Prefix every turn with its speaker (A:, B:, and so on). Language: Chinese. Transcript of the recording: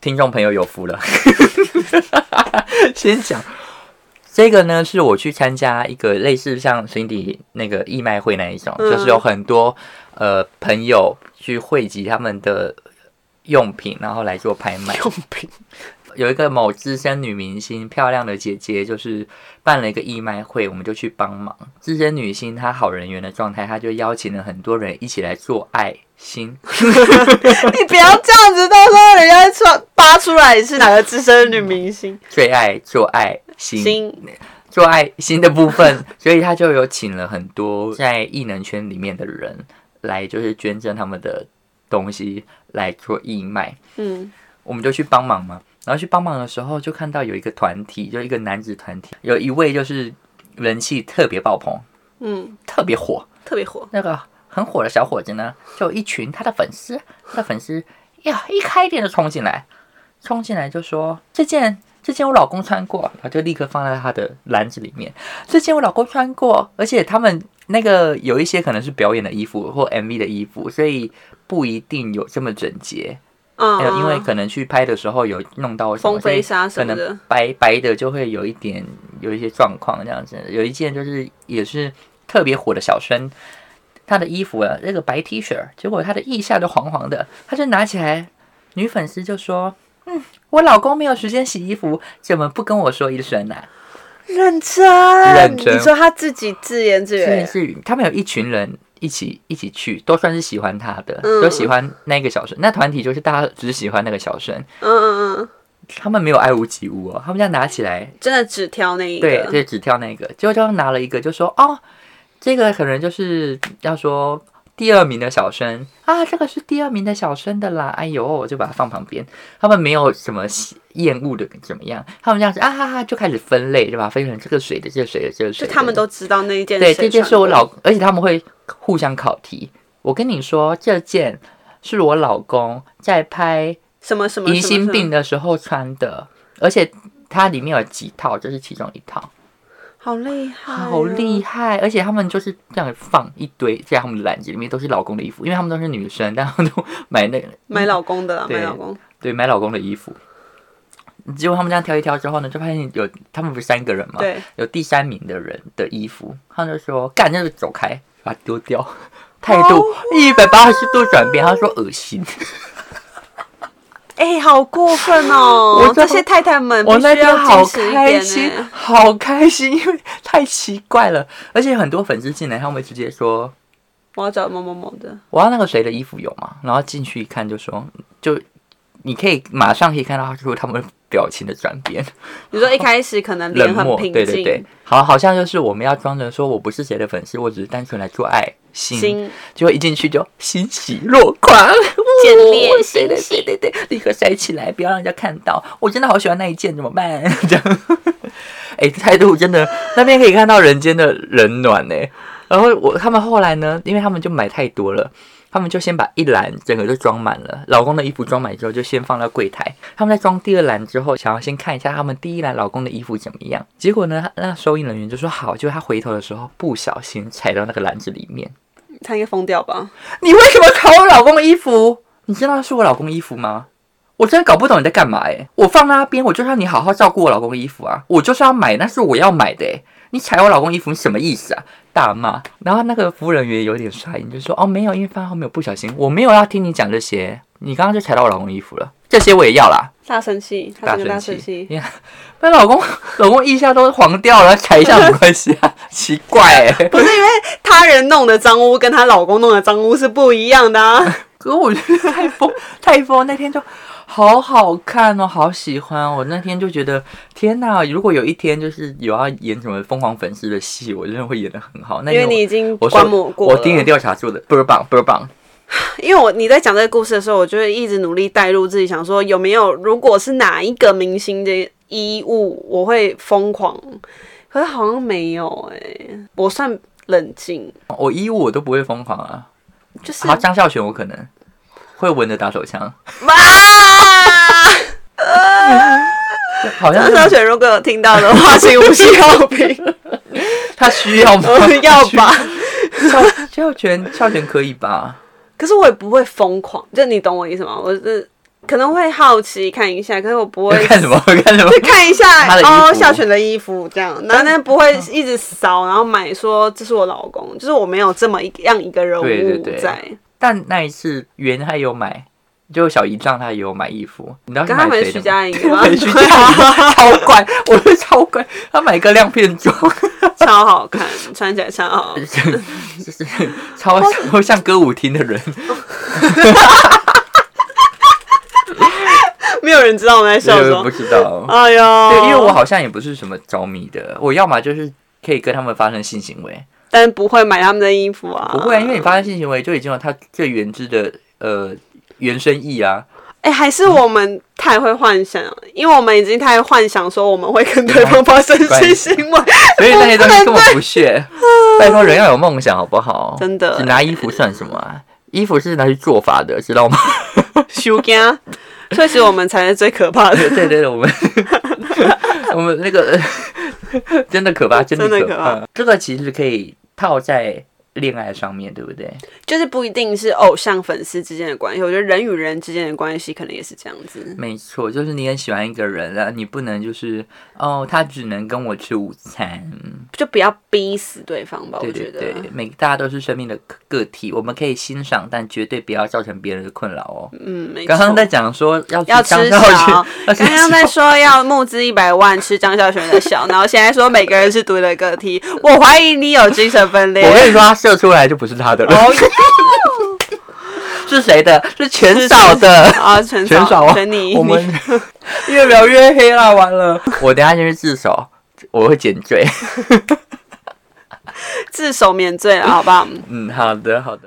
A: 听众朋友有福了。先讲这个呢，是我去参加一个类似像群体那个义卖会那一种，
B: 嗯
A: 就是有很多呃朋友去汇集他们的用品，然后来做拍卖。
B: 用品，
A: 有一个某资深女明星，漂亮的姐姐，就是办了一个义卖会，我们就去帮忙。资深女星她好人缘的状态，她就邀请了很多人一起来做爱心。
B: 你不要这样子，到时候人家说扒出来你是哪个资深女明星，
A: 最爱做爱心，
B: 星
A: 做爱心的部分， 所以他就有请了很多在艺能圈里面的人来，就是捐赠他们的东西来做义卖，
B: 嗯
A: 我们就去帮忙嘛。然后去帮忙的时候，就看到有一个团体，就一个男子团体，有一位就是人气特别爆棚，
B: 嗯，
A: 特别火，
B: 特别火，
A: 那个很火的小伙子呢，就有一群他的粉丝，他的粉丝呀一开店就冲进来，冲进来就说这件这件我老公穿过，然后就立刻放在他的篮子里面，这件我老公穿过，而且他们那个有一些可能是表演的衣服或 MV 的衣服，所以不一定有这么整洁，
B: 嗯，
A: 还有哎因为
B: 嗯
A: 可能去拍的时候有弄到什么
B: 风飞沙
A: 所
B: 什么
A: 以可
B: 的
A: 能，白白的就会有一点有一些状况这样子。有一件就是也是特别火的小生，他的衣服啊，那个白 T 恤，结果他的腋下就黄黄的，他就拿起来，女粉丝就说：“嗯，我老公没有时间洗衣服，怎么不跟我说一声呢、啊
B: 认真，
A: 认真
B: 你说他自己自言自？”
A: 自言
B: 语，
A: 自语，他们有一群人。一起一起去，都算是喜欢他的，
B: 嗯
A: 都喜欢那个小生。那团体就是大家只喜欢那个小生，
B: 嗯嗯嗯，
A: 他们没有爱屋及乌哦，他们这样拿起来
B: 真的只挑那一个，
A: 对，就只挑那个，结果就拿了一个，就说哦，这个可能就是要说第二名的小生啊，这个是第二名的小生的啦，哎呦，我就把它放旁边。他们没有什么喜厌恶的怎么样，他们这样子啊哈哈就开始分类，对吧？分成这个谁的，这个谁的，这个谁
B: 就
A: 的。
B: 他们都知道那一件，
A: 对，这件是我，老，而且他们会互相考题。我跟你说，这件是我老公在拍
B: 什么什么
A: 疑心，
B: 什么什
A: 病
B: 么
A: 的时候穿的，而且它里面有几套，这是其中一套。
B: 好厉害哦，
A: 好厉害！而且他们就是这样放一堆在他们的篮子里面，都是老公的衣服，因为他们都是女生，但他们都买那个
B: 买老公的啦，
A: 对
B: 买老公，
A: 对买老公的衣服。结果他们这样挑一挑之后呢，就发现有他们不是三个人嘛，
B: 对，
A: 有第三名的人的衣服，他们就说干，那就走开，把它丢掉。态度
B: 哦
A: 一百八十度转变，他说恶心。
B: 哎，好过分 哦
A: 我！
B: 这些太太们
A: 我
B: 必
A: 那
B: 须
A: 天
B: 要
A: 好
B: 矜持一
A: 开心
B: 点欸呢，，
A: 好开心，因为太奇怪了，而且很多粉丝进来，他们会直接说
B: 我要找某某某的，
A: 我要那个谁的衣服有吗？然后进去一看，就说就你可以马上可以看到，就是他们表情的转变，
B: 你说一开始可能脸
A: 冷
B: 很
A: 漠，
B: 平
A: 对对
B: 静，
A: 对，好，好像就是我们要装着说我不是谁的粉丝，我只是单纯来做爱心，
B: 心
A: 结果一进去就欣喜若狂，
B: 见
A: 哦
B: 猎
A: 对对
B: 欣喜
A: 对对对，立刻塞起来，不要让人家看到，我真的好喜欢那一件，怎么办？这样， 哎，态度真的那边可以看到人间的冷暖呢、然后我他们后来呢，因为他们就买太多了，他们就先把一篮整个就装满了，老公的衣服装满之后就先放到柜台。他们在装第二篮之后，想要先看一下他们第一篮老公的衣服怎么样。结果呢，那收银人员就说好，就他回头的时候不小心踩到那个篮子里面。
B: 他应该疯掉吧？
A: 你为什么踩我老公的衣服？你知道是我老公的衣服吗？我真的搞不懂你在干嘛哎、我放那边，我就是要你好好照顾我老公的衣服啊，我就是要买，那是我要买的哎、你踩我老公衣服，你什么意思啊？大骂。然后那个服务人员有点傻眼，就说：“哦，没有，因为放在后面我不小心，我没有要听你讲这些，你刚刚就踩到我老公的衣服了，这些我也要啦。”
B: 大生气，他
A: 大
B: 真的大生
A: 生气
B: 气，，
A: 你看，那老公老公腋下都黄掉了，踩一下没关系啊，奇怪哎、
B: 不是因为他人弄的脏污跟她老公弄的脏污是不一样的啊！
A: 可是我觉得泰 丰，泰丰那天就好好看哦，好喜欢哦、我那天就觉得，天哪！如果有一天就是有要演什么疯狂粉丝的戏，我真的会演得很好。 那
B: 因为
A: 我
B: 你已经
A: 我
B: 观摩
A: 说
B: 过
A: 我
B: 了，
A: 田野调查做的倍儿棒，倍儿棒。
B: 因为我你在讲这个故事的时候，我就会一直努力带入自己，想说有没有如果是哪一个明星的衣物，我会疯狂，可是好像没有哎、我算冷静，
A: 哦我衣物我都不会疯狂啊，
B: 就是
A: 好张孝全我可能会闻着打手枪，
B: 哇！
A: 好像
B: 张小雪如果有听到的话，请五星好 评，
A: 他需要吗？
B: 我 要吧。
A: 孝孝全孝全可以吧？
B: 可是我也不会疯狂，就你懂我意思吗？我是可能会好奇看一下，可是我不会
A: 看什么？看什么
B: 就？看一下
A: 他的衣服
B: 哦，孝全的衣服这样，然后呢不会一直扫，然后买说这是我老公，就是我没有这么一样一个人
A: 对对
B: 物
A: 对
B: 在。
A: 但那一次袁他有买，就小姨丈他也有买衣服，你知道
B: 刚 刚
A: 买
B: 买
A: 谁
B: 徐
A: 的吗？？
B: 佳莹啊的吗
A: 徐佳莹啊超乖，我是超乖，他买个亮片装，
B: 超好看，穿起来超好。
A: 超超像歌舞厅的人。
B: 没有人知道我们 在笑什
A: 我不。
B: 么
A: 知道，
B: 哎呦，
A: 对，因为我好像也不是什么着迷的，我要么就是可以跟他们发生性行为，
B: 但不会买他们的衣服啊。
A: 不会啊，因为你发生性行为就已经有它最原汁的呃原生意啊，
B: 哎、还是我们太会幻想，因为我们已经太幻想说我们会跟对方发生性行为，
A: 所以那些东西根本不屑。 拜托，人要有梦想好不好？
B: 真的
A: 只拿衣服算什么啊？衣服是拿去做法的，知道吗？
B: 修 干。所以其实我们才是最可怕的。
A: 对对对， 我们我们那个真的可怕，真的
B: 真
A: 可
B: 的可怕
A: 怕。这个其实可以套在恋爱上面，对不对？
B: 就是不一定是偶像粉丝之间的关系，我觉得人与人之间的关系可能也是这样子。
A: 没错，就是你很喜欢一个人，然后你不能就是哦，他只能跟我吃午餐。嗯
B: 就不要逼死对方吧。
A: 对
B: 我
A: 对
B: 觉
A: 对
B: 得，
A: 每大家都是生命的个个体，我们可以欣赏，但绝对不要造成别人的困扰哦。
B: 嗯，没错。
A: 刚刚在讲说要去
B: 要
A: 张
B: 吃
A: 少
B: 小
A: 去，，要吃
B: 刚刚在
A: 小
B: 说要募资一百万吃张孝全 的小，然后现在说每个人是独立的个体，我怀疑你有精神分裂。
A: 我跟你说，他射出来就不是他
B: 哦
A: 的了。是谁的？是全少的。
B: 啊，全
A: 全少
B: 少
A: 啊
B: 全你，
A: 我们 越描越黑啦，完了。我等一下先去自首，我会减罪。
B: 你自首免罪了，好不好？
A: 嗯，好的，好的。